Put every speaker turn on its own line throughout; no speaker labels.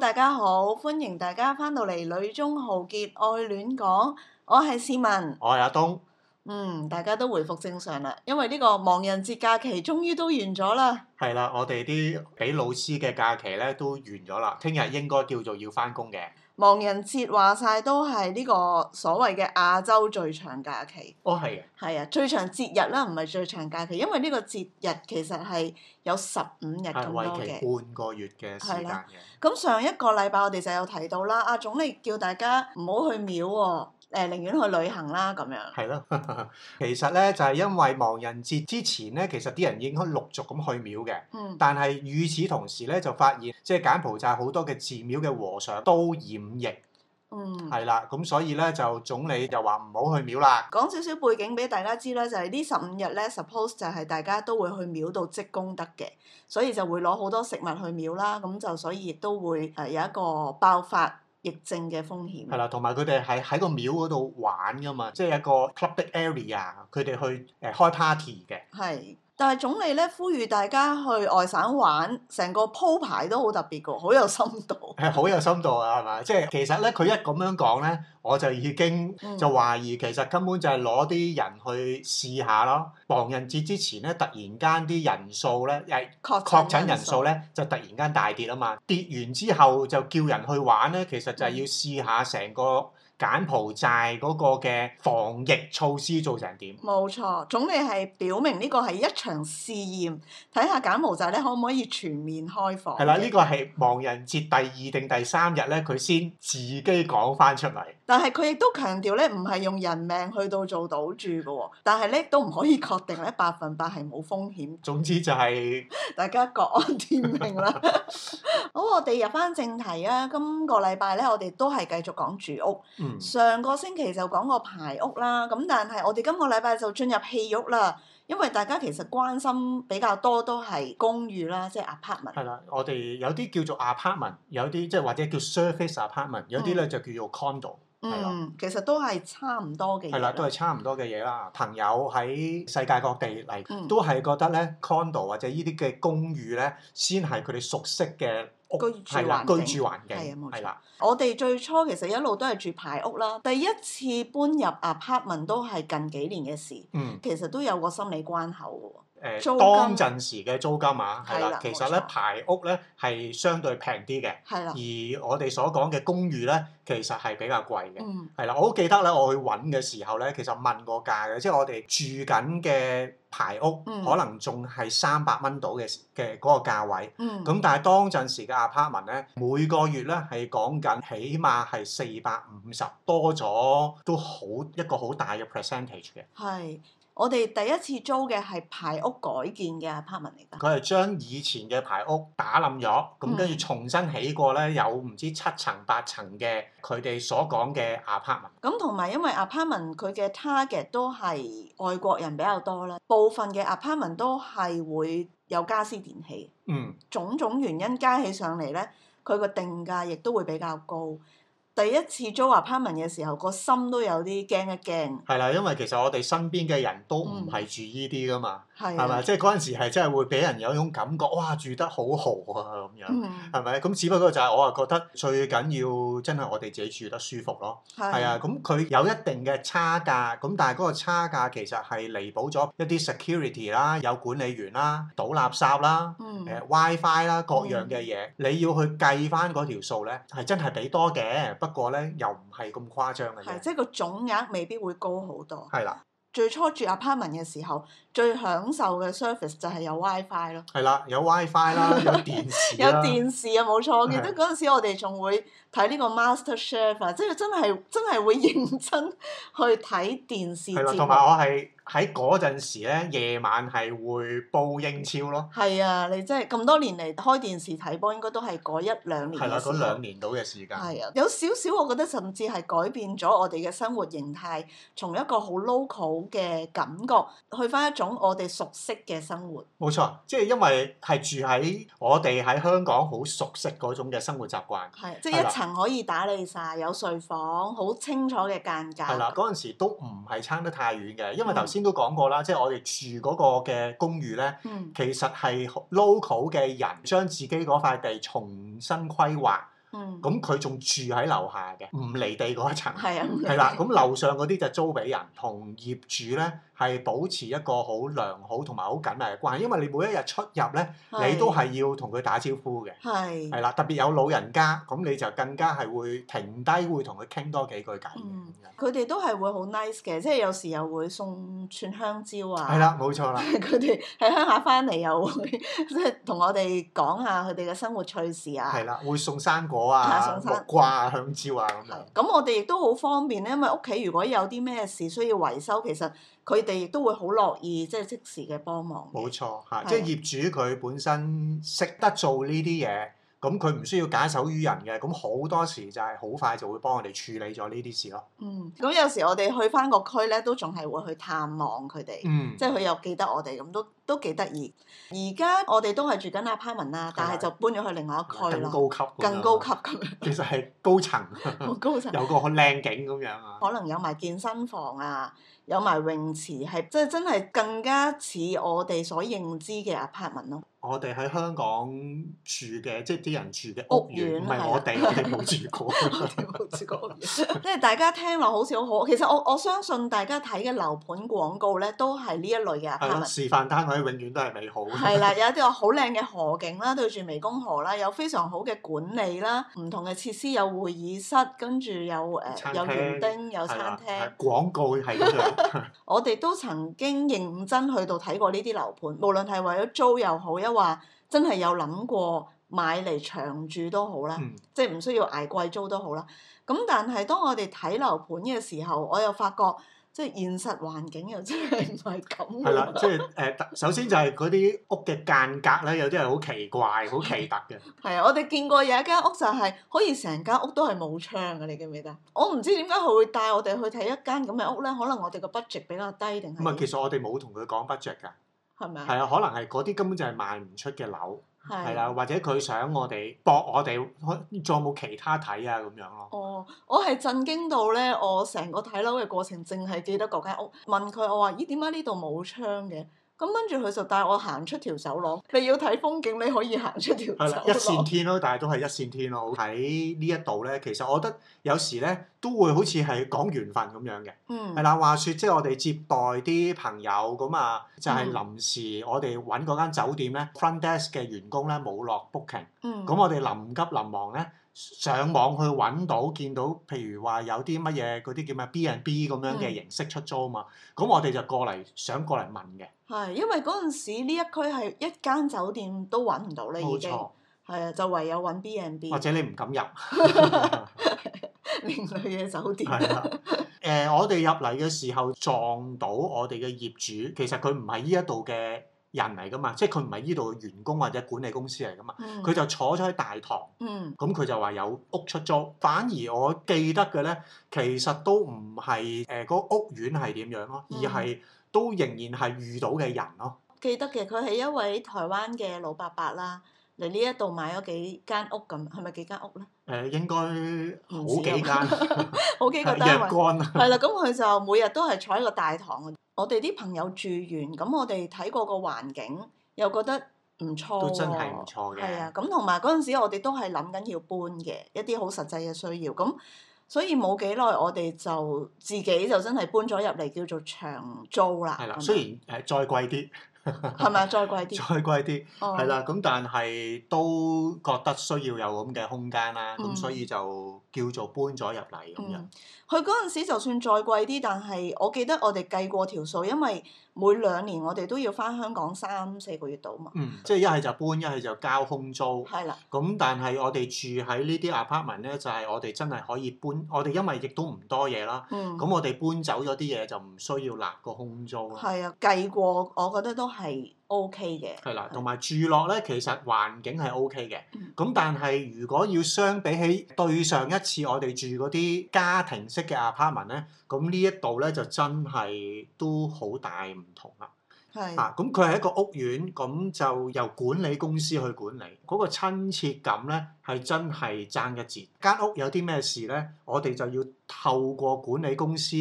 大家好，歡迎大家翻到嚟《女中豪傑愛戀講》，我係市民。
我係阿東，
嗯，大家都回復正常啦，因為呢個亡人節假期終於都完咗啦。
係啦，我哋啲俾老師嘅假期咧都完咗啦，聽日應該叫做要翻工嘅。
亡人節話晒都係呢個所謂嘅亞洲最長假期，
哦，係嘅，
係啊，最長節日啦，唔係最長假期，因為呢個節日其實係有十五日咁
係
多
為
嘅。
期半個月嘅時間嘅。
咁上一個禮拜我哋就有提到啦，阿總理叫大家唔好去廟喎、誒寧願去旅行啦咁樣。
係咯， 其實咧就係、因為亡人節之前咧，其實啲人應該陸續咁去廟嘅，
嗯，
但係與此同時咧就發現，即係柬埔寨好多嘅寺廟嘅和尚都染疫，
嗯，
係啦，咁所以咧就總理就話唔好去廟啦。
講少少背景俾大家知啦，就係、呢十五日咧，suppose 就係大家都會去廟度積功德嘅，所以就會攞好多食物去廟啦，咁就所以亦都會誒有一個爆發疫症嘅風險
係。啦，同埋佢哋係喺個廟嗰度玩噶嘛，即係一個 club area，佢哋去誒、呃、開 party 嘅。
係，但係總理咧呼籲大家去外省玩，成個鋪排都好特別㗎，好有深 度。
係好有深度啊，係嘛？即係其實咧，佢一咁樣講咧，我就已經
嗯
就懷疑其實根本就係攞啲人去試下咯。亡人節之前咧，突然間啲人數咧，誒
確
確診人數咧就突然間大跌啊嘛。跌完之後就叫人去玩咧，其實就係要試下成個柬埔寨嗰個嘅防疫措施做成點。
冇錯，總理係表明呢個係一場試驗，睇下柬埔寨咧可唔可以全面開放嘅。
係啦，呢個係亡人節第二定第三日咧，佢先自己講翻出嚟。
但係佢亦都強調咧，唔係用人命去到做賭注嘅喎，但係咧都唔可以確定咧百分百係冇風險，
總之就係
大家各安天命 啦。好，我哋入翻正題啊！今個禮拜咧，我哋都係繼續講住屋。
嗯。
上個星期就講過排屋啦，咁但係我哋今個禮拜就進入戲屋啦，因為大家其實關心比較多都係公寓啦，即係 apartment。
係啦，我哋有啲叫做 apartment，有啲即係或者叫 surface apartment，有啲咧就叫做 condo。係啦
嗯，其實都係差唔多嘅嘢
係
啦。
啦，都係差唔多嘅嘢啦。朋友喺世界各地
嗯
嚟，都係覺得咧 condo 或者呢啲嘅公寓咧，先係佢哋熟悉嘅屋，
居住
係啦，
環境
居住環境
係啊冇錯
係啦，
我哋最初其實一路都係住排屋啦，第一次搬入 apartment 都係近幾年嘅事，
嗯。
其實都有個心理關口租金
誒當陣時嘅租金啊，係
係啦
啦，其實
冇
咧
錯啊
排屋咧係相對平啲嘅，
嘅喎，係啦，
而我哋所講嘅公寓咧，其實係比較貴嘅。
嗯
係啦，我好記得咧，我去揾嘅時候咧，其實問過價嘅，即係我哋住緊嘅排屋，
嗯
可能仲係三百蚊到嘅嘅嗰個價位。
嗯，
咁但係當陣時嘅 apartment 咧，每個月咧係講緊起碼係四百五十多咗，都好一個好大嘅 percentage 嘅。
係我哋第一次租嘅係排屋改建嘅 apartment 嚟㗎，
佢係將以前嘅排屋打冧咗，咁跟住
嗯
重新起過咧，有唔知七層八層嘅佢哋所講嘅 apartment。
咁同埋因為 apartment 佢嘅 target 都係外國人比較多啦，部分嘅 apartment 都係會有家私電器。
嗯，
種種原因加起上嚟咧，佢個定價亦都會比較高。第一次租 apartment 嘅時候，個心都有啲驚一驚，
係啦，因為其實我哋身邊嘅人都
嗯
唔係住呢啲噶嘛。
係
係咪？
啊，
即係嗰陣時係真係會俾人有一種感覺，哇！住得好豪啊咁樣，
嗯，
係咪？咁只不過就係我啊覺得最緊要真係我哋自己住得舒服咯。係啊，，咁佢有一定嘅差價，咁但係嗰個差價其實係彌補咗一啲 security 啦、有管理員啦、倒垃圾啦。
嗯，
誒 WiFi 啦，各樣嘅嘢，你要去計翻嗰條數咧，係真係俾多嘅，不過咧又唔係啊咁誇張嘅
係
啫。
即係個總額未必會高好多。
係啦，
最初住 apartment 嘅時候，最享受嘅 service 就係有 WiFi 咯，
係啦，有 WiFi 啦，有電視
有
啦，
電視啊，冇錯。我記得嗰陣時我哋仲會睇呢個 Master Chef 啊，即係真係真係會認真去睇電視
係啦，
節
同埋我
目。
係喺嗰陣時咧，夜晚係會煲英超咯，
係啊，你真係咁多年嚟開電視睇波，應該都係嗰一兩年
係啦，
嘅時候。
嗰兩年到嘅時間，
係啊，有少少我覺得甚至係改變咗我哋嘅生活形態，從一個好 local 嘅感覺，去翻一種我哋熟悉嘅生活。
冇錯，即係因為係住喺我哋喺香港好熟悉嗰種嘅生活習慣，
係，即
係
係一
啦
層可以打理晒，有睡房，好清楚嘅間隔。
係啦，嗰陣時都唔係差得太遠嘅，因
嗯
為頭先都講過啦，即係我哋住嗰個嘅公寓咧，
嗯，
其實係 local 嘅人將自己嗰塊地重新規劃。
嗯，
咁佢仲住喺樓下嘅，唔離地嗰一層。
係啊，
係啦，咁樓上嗰啲就租俾人，同業主咧係保持一個好良好同埋好緊密嘅關係，因為你每一日出入咧，
係
你都係要同佢打招呼嘅。
係
係啦，特別有老人家，咁你就更加係會停低，會同佢傾多幾句偈嘅。
嗯
咁樣
佢哋都係會好 nice 嘅，即係有時又會送串香蕉啊。
係啦，冇錯啦，
佢哋喺鄉下翻嚟又會 即係同我哋講下佢哋嘅生活趣事啊。
係啦，會送生果
係
啊
送、生
木瓜啊、香蕉啊咁樣
係。咁我哋亦都好方便咧，因為屋企如果有啲咩事需要維修，其實佢哋亦都會好樂意即係即時嘅幫忙。
冇錯嚇，
係
即係業主佢本身識得做呢啲嘢，咁佢唔需要假手於人嘅，咁好多時就係好快就會幫我哋處理咗呢啲事咯。
嗯，咁有時我哋去翻個區咧，都仲係會去探望佢哋，
嗯，
即係佢又記得我哋，咁都都幾得意。而家我哋都係住緊 apartment 啦，但係就搬咗去另外一區
更
咯，
高級，啊
更高級，咁樣，
其實係高層，
好 高層。
有個好靚景咁樣啊。
可能有埋健身房啊，有埋泳池，係即係真係更加似我哋所認知嘅 apartment 咯。
我哋喺香港住嘅，即係啲人住嘅
屋
屋
苑
苑，唔係
係啊
我哋，我哋冇住 過。
即係大家聽落好似好好，其實我我相信大家睇嘅樓盤廣告咧，都係呢一類嘅
係咯，
apartment。
示範單位永遠都係美好。
係啊啦，有一啲話好靚嘅河景啦，對住湄公河啦，有非常好嘅管理啦，唔同嘅設施有會議室，跟住有誒、呃
餐廳
有園丁，有
係
餐
啦，
廳
係。廣告係咁 樣。
我哋都曾經認真去到睇過呢啲樓盤，無論係為咗租又好，一話真係有諗過買嚟長住都好啦，
嗯
即係唔需要捱貴租都好啦。咁但係當我哋睇樓盤嘅時候，我又發覺即係現實環境又真係唔係咁
係啦，
喎
即係誒，首先就係嗰啲屋嘅間隔咧，有啲係好奇 怪、好奇特嘅。
係啊，我哋見過有一間屋就係可以成間屋都係冇窗嘅，你記唔記得？我唔知點解佢會帶我哋去睇一間咁嘅屋咧，可能我哋個 budget 比較低定
唔啊係，其
係
實我哋冇同佢講 budget 㗎，
係咪啊？
係啊，可能係嗰啲根本就係賣唔出嘅樓，係
係
啦，或者佢想我哋博我哋，可仲有冇其他睇啊咁樣咯。
哦，我係震驚到咧，我成個睇樓嘅過程，淨係記得嗰間屋。問佢我話：咦，點解呢度冇窗嘅？咁跟住佢就帶我行出條走廊。你要睇風景，你可以行出條
係
走
啦
廊，。
一線天咯，但係都係一線天咯。喺呢一度咧，其實我覺得有時咧都會好似係講緣分咁樣嘅。
嗯
係，啦，話説即係我哋接待啲朋友咁啊，就係
嗯
臨時我哋揾嗰間酒店咧，front desk 嘅員工咧冇落 booking。
嗯，
咁我哋臨急臨忙咧，上網去揾到見到，譬如話有啲乜嘢嗰啲叫咩 B and B 咁樣嘅
嗯
形式出租啊嘛，咁、我哋就過嚟想過嚟問嘅，
係因為嗰陣時呢一區係一間酒店都揾唔到啦，已
冇
經
錯，
係啊，就唯有揾 B and B
或者你唔敢入，
另類嘅酒店。
係啦。 誒、我哋入嚟嘅時候撞到我哋嘅業主，其實佢唔係呢一度嘅人嚟噶嘛，即係佢唔係呢度嘅員工或者管理公司嚟噶嘛，
嗯
佢就坐咗喺大堂。
嗯
咁佢就話有屋出租，反而我記得嘅咧，其實都唔係誒嗰屋苑係點樣咯，而
嗯
係都仍然係遇到嘅人咯。
記得嘅，佢係一位台灣嘅老伯伯啦，嚟呢一度買咗幾間屋咁，係咪幾間屋咧？
誒、應該好幾間
啊好幾個單位。
若干啊，
係啦，咁佢就每日都係坐喺個大堂。我哋啲朋友住完，咁我哋睇過個環境，又覺得唔錯喎。
都真係唔錯嘅。
係啊，咁同埋嗰陣時，我哋都係諗緊要搬嘅一啲好實際嘅需要。咁所以冇幾耐，我哋就自己就真係搬咗入嚟，叫做長租啦。
係啦，
咁
雖然誒再貴啲，
係咪啊再貴 啲？
再貴啲，
哦
係，啦，咁但係都覺得需要有咁嘅空間啦，咁、
嗯
所以就叫做搬咗入嚟咁樣。
嗯，佢嗰陣時就算再貴啲，但係我記得我哋計過條數，因為每兩年我哋都要翻香港三四個月度嘛。
嗯，即係一係就搬，一係就交空租。
係啦，
咁但係我哋住喺呢啲 apartment 咧，就係、我哋真係可以搬，我哋因為亦都唔多嘢啦，
嗯。
咁我哋搬走咗啲嘢就唔需要立個空租啦。
係啊，計過，我覺得都係 O K 嘅。
係啦，同埋住落咧，其實環境係 O K 嘅
嗯。
咁但係如果要相比起對上一次我哋住嗰啲家庭式嘅 apartment 咧，咁呢一度咧就真係都好大唔同啦。
係
啊，咁佢係一個屋苑，咁就由管理公司去管理，嗰、個親切感咧係真係爭一截。間屋有啲咩事咧，我哋就要透過管理公司，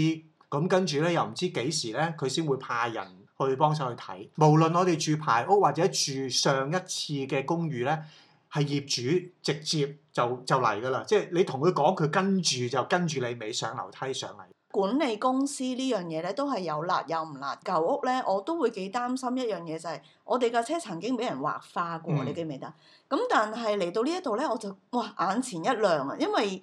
咁跟住咧又唔知幾時咧，佢先會派人去幫手去睇。無論我哋住排屋或者住上一次嘅公寓咧，係業主直接就就嚟㗎啦。即係你同佢講，佢跟住就跟住你尾上樓梯上嚟。
管理公司呢樣嘢咧，都係有辣有唔辣。舊屋咧，我都會幾擔心一樣嘢就係、我哋架車曾經俾人劃花過，
嗯
你記唔記得？咁但係嚟到呢一度咧，我就哇眼前一亮啊，因為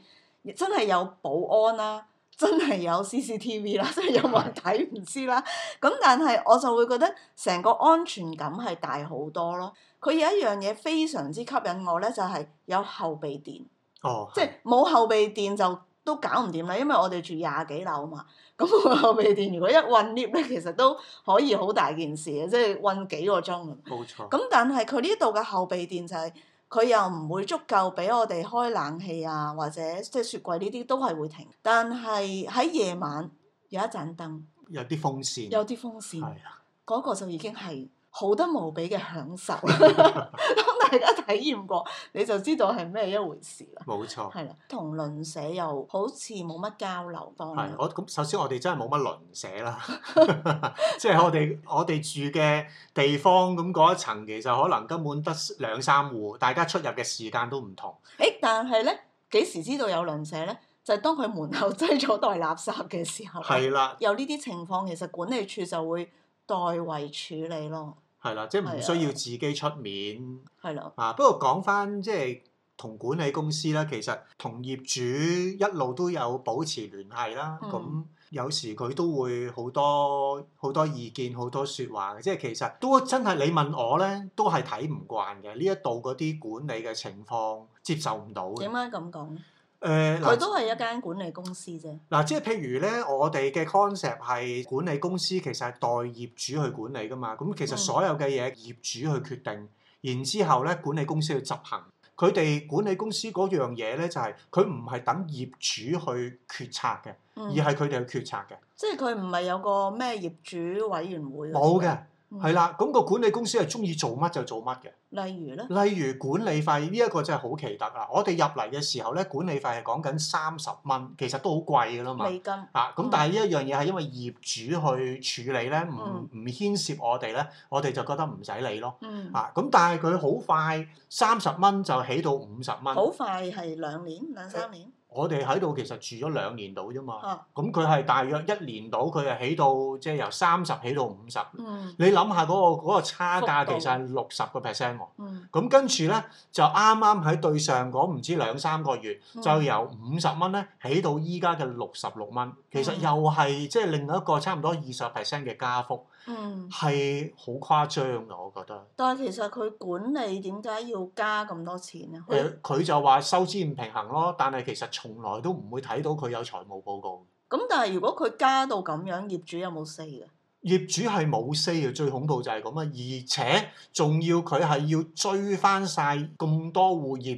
真係有保安啦、真係有 CCTV 啦，真係有冇人睇唔知啦。咁但係我就會覺得成個安全感係大好多咯。佢有一樣嘢非常之吸引我咧，就係、有後備電。
哦，
即係冇後備電就都搞唔掂啦，因為我哋住廿幾樓啊嘛，咁冇後備電如果一混 lift 咧，其實都可以好大件事嘅，即係混幾個鐘咁。
冇錯。
咁但係佢呢度嘅後備電就係、佢又唔會足夠俾我哋開冷氣啊，或者即係雪櫃呢啲都係會停。但係喺夜晚有一盞燈，
有啲風扇。
有啲風
係
扇，
啊，
嗰個就已經係好得無比嘅享受。 當大家體驗過，你就知道係咩一回事啦。
冇錯。
係啦，同鄰舍又好似冇乜交流當
係
然，
我咁首先我哋真係冇乜鄰舍啦， 即係我哋我哋住嘅地方咁嗰一層其實可能根本得兩三戶，大家出入嘅時間都唔同。
誒，但係咧幾時知道有鄰舍咧？就係、當佢門口擠咗袋垃圾嘅時候，
係 啦，
有呢啲情況，其實管理處就會代為處理咯。
係啦，即係唔
係啊
需要自己出面
係啦，
啊。不過講翻即係同管理公司啦，其實同業主一路都有保持聯繫啦。
嗯
咁、有時佢都會好多好多意見，好多説話嘅。即係其實都真係你問我咧，都係睇唔慣嘅。呢一度嗰啲管理嘅情況接受唔到嘅
點。解咁講？
誒
佢
嗱
都係一間管理公司啫。
嗱，即係譬如咧，我哋嘅 concept 係管理公司其實係代業主去管理噶嘛。咁其實
嗯
所有嘅嘢業主去決定，然之後咧管理公司去執行。佢哋管理公司嗰樣嘢咧，就係佢唔係等業主去決策嘅，
嗯
而，係佢哋去決策嘅。
即係佢唔係有個咩業主委員會嗰
冇
啲
嘅，
嗯
係啦。咁個管理公司係中意做乜就做乜嘅。
例如咧，
例如管理費呢一個真係好奇特啊！我哋入嚟嘅時候咧，管理費係講緊三十蚊，其實都好貴㗎啦嘛。
美金
啊，咁
嗯
但係呢一樣嘢係因為業主去處理咧，唔
嗯
唔牽涉我哋咧，我哋就覺得唔使理咯。
嗯，
啊，咁但係佢好快三十蚊就起到五十
好
蚊，
快係兩年兩三年
我哋喺度其實住咗兩年到啫嘛。
啊，
咁佢係大約一年到，佢係起到即係由三十起到五十。
嗯
你諗下嗰個嗰個差價
幅度
其實係六十個 percent 喎。
嗯，
咁跟住咧就啱啱喺對上嗰唔知兩三個月，
嗯
就由五十蚊咧起到依家嘅六十六蚊，其實
嗯
又係即係另一個差唔多二十 percent 嘅加幅，
嗯。
係好誇張㗎，我覺得。
但係其實佢管理點解要加咁多錢啊咧？
誒、
佢
佢就話收支唔平衡咯，但係其實從來都唔會睇到佢有財務報告。
咁但係如果佢加到咁樣，業主有冇 say 嘅？
業主係冇 say 嘅，最恐怖就係咁啊！而且仲要佢係要追翻晒咁多戶業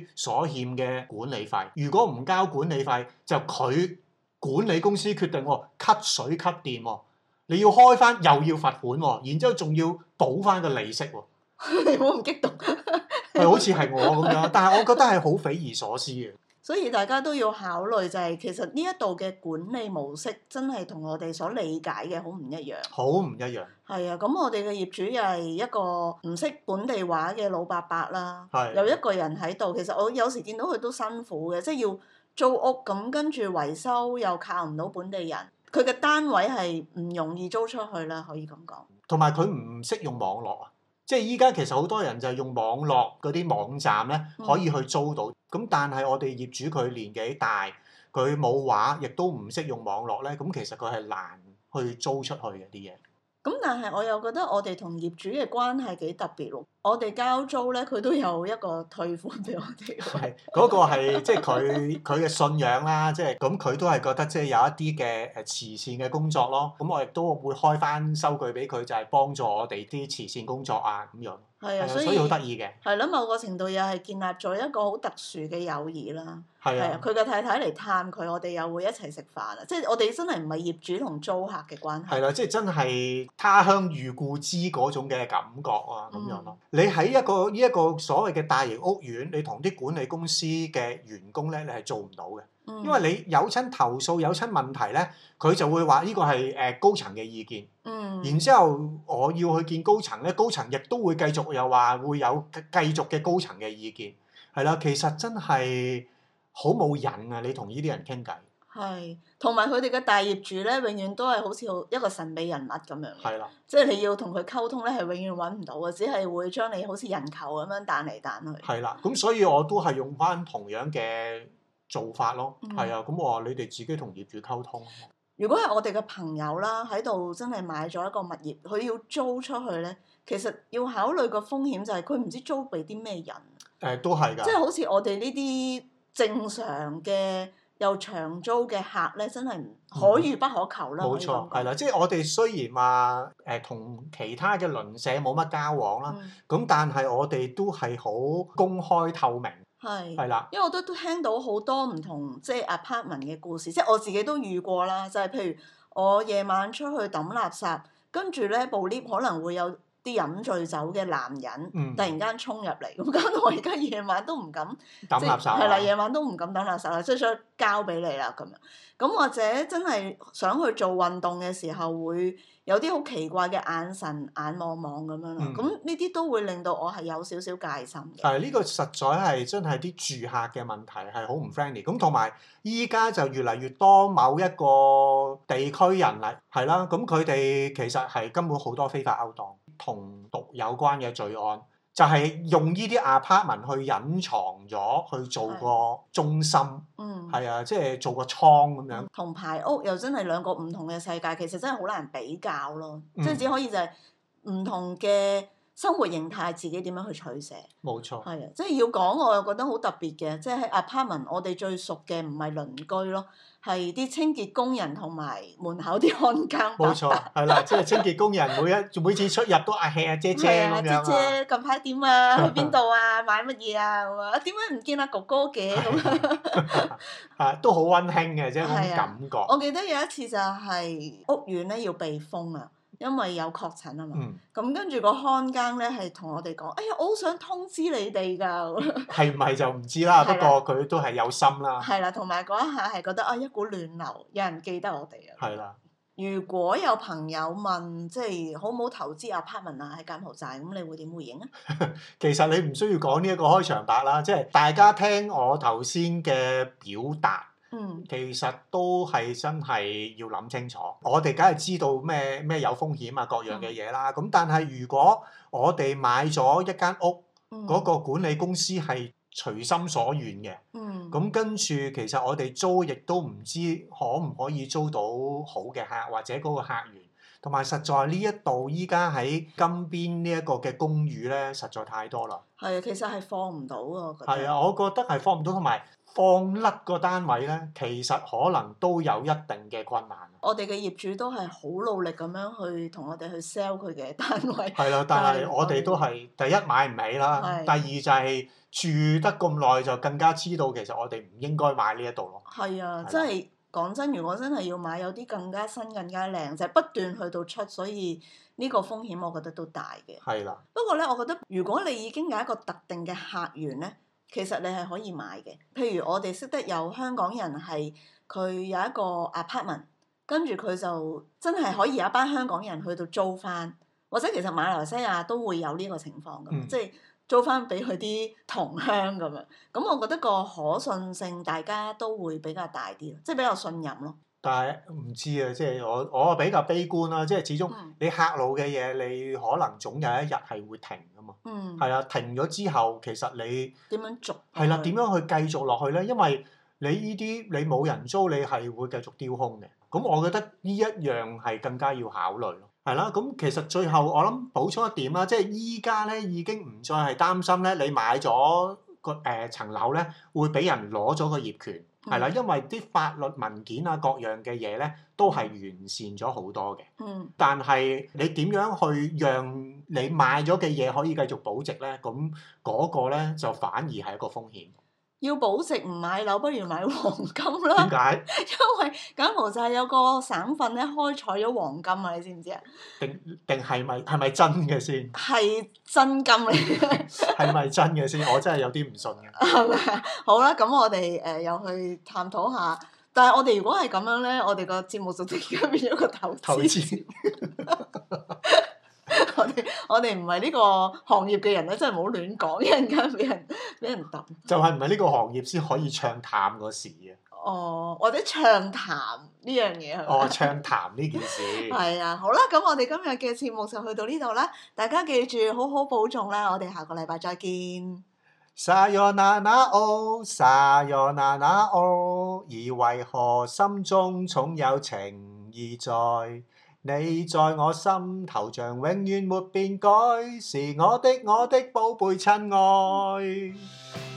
主所欠嘅管理費，如果唔交管理費，就佢管理公司決定喎，cut 水 cut 電喎，你要開翻又要罰款喎，然之後仲要補翻個利息喎，
你冇咁激動，
係好似係我咁樣，但係我覺得係好匪夷所思嘅。
所以大家都要考慮就係、其實呢一度嘅管理模式真係同我哋所理解嘅好唔一樣。
好唔一樣，
係啊，咁我哋嘅業主又係一個唔識本地話嘅老伯伯啦
係，
有一個人喺度，其實我有時見到佢都辛苦嘅，即係要租屋咁，跟住維修又靠唔到本地人，佢嘅單位係唔容易租出去啦，可以咁講。
同埋佢唔識用網絡啊！即係依家其實好多人就係用網絡嗰啲網站咧，
嗯
可以去租到。咁、但係我哋業主佢年紀大，佢冇畫，亦都唔識用網絡咧，咁其實佢係難去租出去 嘅啲嘢。
咁但係我又覺得我哋同業主嘅關係幾特別咯。我哋交租咧，佢都有一個退款俾我哋。
係嗰個係即係佢佢嘅信仰啦，即係咁佢都係覺得即係有一啲嘅誒慈善嘅工作咯。咁我亦都會開翻收據俾佢，就係、幫助我哋啲慈善工作啊咁樣。
係
係
啊，
啊，
所
所以
以
好得意嘅，
係啦，某個程度又係建立咗一個好特殊嘅友誼啦。
係
係啊
啊，，
佢嘅太太嚟探佢，我哋又會一齊食飯啊！即係我哋真係唔係業主同租客嘅關係。
係啦，即係真係他鄉遇故知嗰種嘅感覺啊，咁樣咯。
嗯
你喺一個呢一個所謂嘅大型屋苑，你同啲管理公司嘅員工咧，你係做唔到嘅，
嗯
因為你有親投訴、有親問題咧，佢就會話呢個係誒高層嘅意見，
嗯
然之後我要去見高層咧，高層亦都會繼續又話會有繼繼續嘅高層嘅意見。係啦，其實真係好冇癮啊！你同呢啲人傾偈，
係，同埋佢哋嘅大業主咧，永遠都係好似好一個神秘人物咁樣嘅，
係啦，
即係你要同佢溝通咧，係永遠揾唔到嘅，只係會將你好似人球咁樣彈嚟彈去。
係啦，咁所以我都係用翻同樣嘅做法咯，
嗯
係啊，咁我話你哋自己同業主溝通，
如果係我哋嘅朋友啦，喺度真係買咗一個物業，佢要租出去咧，其實要考慮個風險就係佢唔知租俾啲咩人，
誒都係
即係
㗎，
好似我哋呢啲正常嘅又長租嘅客咧，真係唔可遇不可求啦。
嗯冇
可以咁
錯，
講
係啦，即係我哋雖然話誒同其他嘅鄰舍冇乜交往啦，
嗯
咁但係我哋都係好公開透明，
係。
係啦，
因為我都都聽到好多唔同即係 apartment 嘅故事，即係我自己都遇過啦。就係、譬如我夜晚出去抌垃圾，跟住咧部 lift 可能會有啲飲醉酒嘅男人。
嗯
突，然間衝入嚟，咁 搞到我而家夜晚都唔敢，
抌
即
垃圾啊
係啦，夜晚都唔敢抌垃圾啦，即係想交俾你啦咁樣。咁或者真係想去做運動嘅時候，會有啲好奇怪嘅眼神、眼望望咁樣啦
嗯。啊
咁呢啲都會令到我係有少少戒心嘅。
但係呢個實在係真係啲住客嘅問題係好唔 friendly，咁同埋依家就越嚟越多某一個地區人嚟係啦，咁佢哋其實係根本好多非法勾當同毒有關嘅罪案，就係、用呢啲 apartment 去隱藏咗去做個中心，
嗯，
係啊，即係做個倉咁樣，
同排屋又真係兩個唔同嘅世界，其實真係好難比較咯。
嗯
即係只可以就係唔同嘅生活形態，自己點樣去取捨。
冇錯。
係啊，即係要講，我又覺得好特別嘅，即係喺 apartment，我哋最熟嘅唔係鄰居咯，係啲清潔工人同埋門口啲看更啊伯
冇
伯。
錯，係啦，即係清潔工人每一每次出入都阿 hea 阿姐姐
係
咁
啊，
樣
姐
啊，
姐近排點啊？去邊度 啊？買乜嘢啊？咁啊，點解唔見阿哥哥嘅咁啊？
啊都好温馨嘅，即係嗰
係
種
啊
感覺。
我記得有一次就係屋苑咧要被封啊，因為有確診啊嘛。
嗯，
咁跟住個看更咧係同我哋講：哎呀，我好想通知你哋㗎。啊
係咪就唔知啦，不
係啦
過佢都係有心啦，
係啦，同埋嗰一下係覺得啊，一股暖流，有人記得我哋啊。
係啦，
如果有朋友問，即係好唔好投資 apartment 啊喺柬埔寨，咁你會點回應啊？
其實你唔需要講呢一個開場白啦，即係大家聽我頭先嘅表達，
嗯，
其實都係真係要諗清楚。我哋梗係知道咩咩有風險啊，各
嗯
樣嘅嘢啦。咁但係如果我哋買咗一間屋，
嗯
嗰、個管理公司係隨心所願嘅，
嗯
咁跟住其實我哋租亦都唔知可唔可以租到好嘅客或者嗰個客源，同埋實在呢一度依家喺金邊呢一個嘅公寓咧，實在太多啦。
係啊，其實係放唔到啊，我覺得。
係啊，我覺得係放唔到，同埋放甩個單位咧，其實可能都有一定嘅困難。
我哋嘅業主都係好努力咁樣去同我哋去 sell 佢嘅單位。
係啦，但係我哋都係第一買唔起啦，
係
第二就係住得咁耐就更加知道其實我哋唔應該買呢一度咯。
係啊，
係
真係講真，如果真係要買，有啲更加新、更加靚，就係、不斷去到出，所以呢個風險我覺得都大嘅。
係啦。
不過咧，我覺得如果你已經有一個特定嘅客源咧，其實你係可以買嘅。譬如我哋識得有香港人係佢有一個 apartment，跟住佢就真係可以有一班香港人去到租翻，或者其實馬來西亞都會有呢個情況咁，
嗯
即係租翻俾佢啲同鄉咁樣。咁我覺得個可信性大家都會比較大啲咯，即係比較信任咯。
但係唔知啊，即係我我比較悲觀啦，即係始終
嗯
你客路嘅嘢，你可能總有一日係會停噶嘛。
嗯，
係啊，停咗之後，其實你
點樣續？
係啦，點樣去繼續落去咧？因為你呢啲你冇人租，你係會繼續丟空嘅。咁我覺得呢一樣係更加要考慮咯。係啦，咁其實最後我諗補充一點啦，即係依家咧已經唔再係擔心咧，你買咗個誒層樓咧會俾人攞咗個業權，係啦，因為啲法律文件啊各樣嘅嘢咧都係完善咗好多嘅。
嗯
但係你點樣去讓你買咗嘅嘢可以繼續保值咧？咁嗰個咧就反而係一個風險。
要保值唔買樓，不如買黃金啦。
點解？
因為柬埔寨有個省份咧開採咗黃金啊，你知唔知啊？
定定係咪係咪真 嘅先？
係真金嚟嘅，
係咪真嘅先？我真係有啲唔信嘅。
係咪啊？好啦，咁我哋誒、呃又去探討下。但係我哋如果係咁樣咧，我哋個節目就突然間變咗個投
投
資。
資
我哋我哋唔係呢個行業嘅人咧，真係唔好亂講，一陣間俾人俾人揼。
就係唔係呢個行業先可以暢談個事啊？
哦，或者暢談呢樣嘢係咪啊
哦，暢談呢件事
係啊，好啦，咁我哋今日嘅節目就去到呢度啦，大家記住好好保重啦，我哋下個禮拜再見。
撒喲那那哦，撒喲那那哦，而為何心中重有情意在？你在我心頭像永遠沒變改，是我的我的寶貝親愛。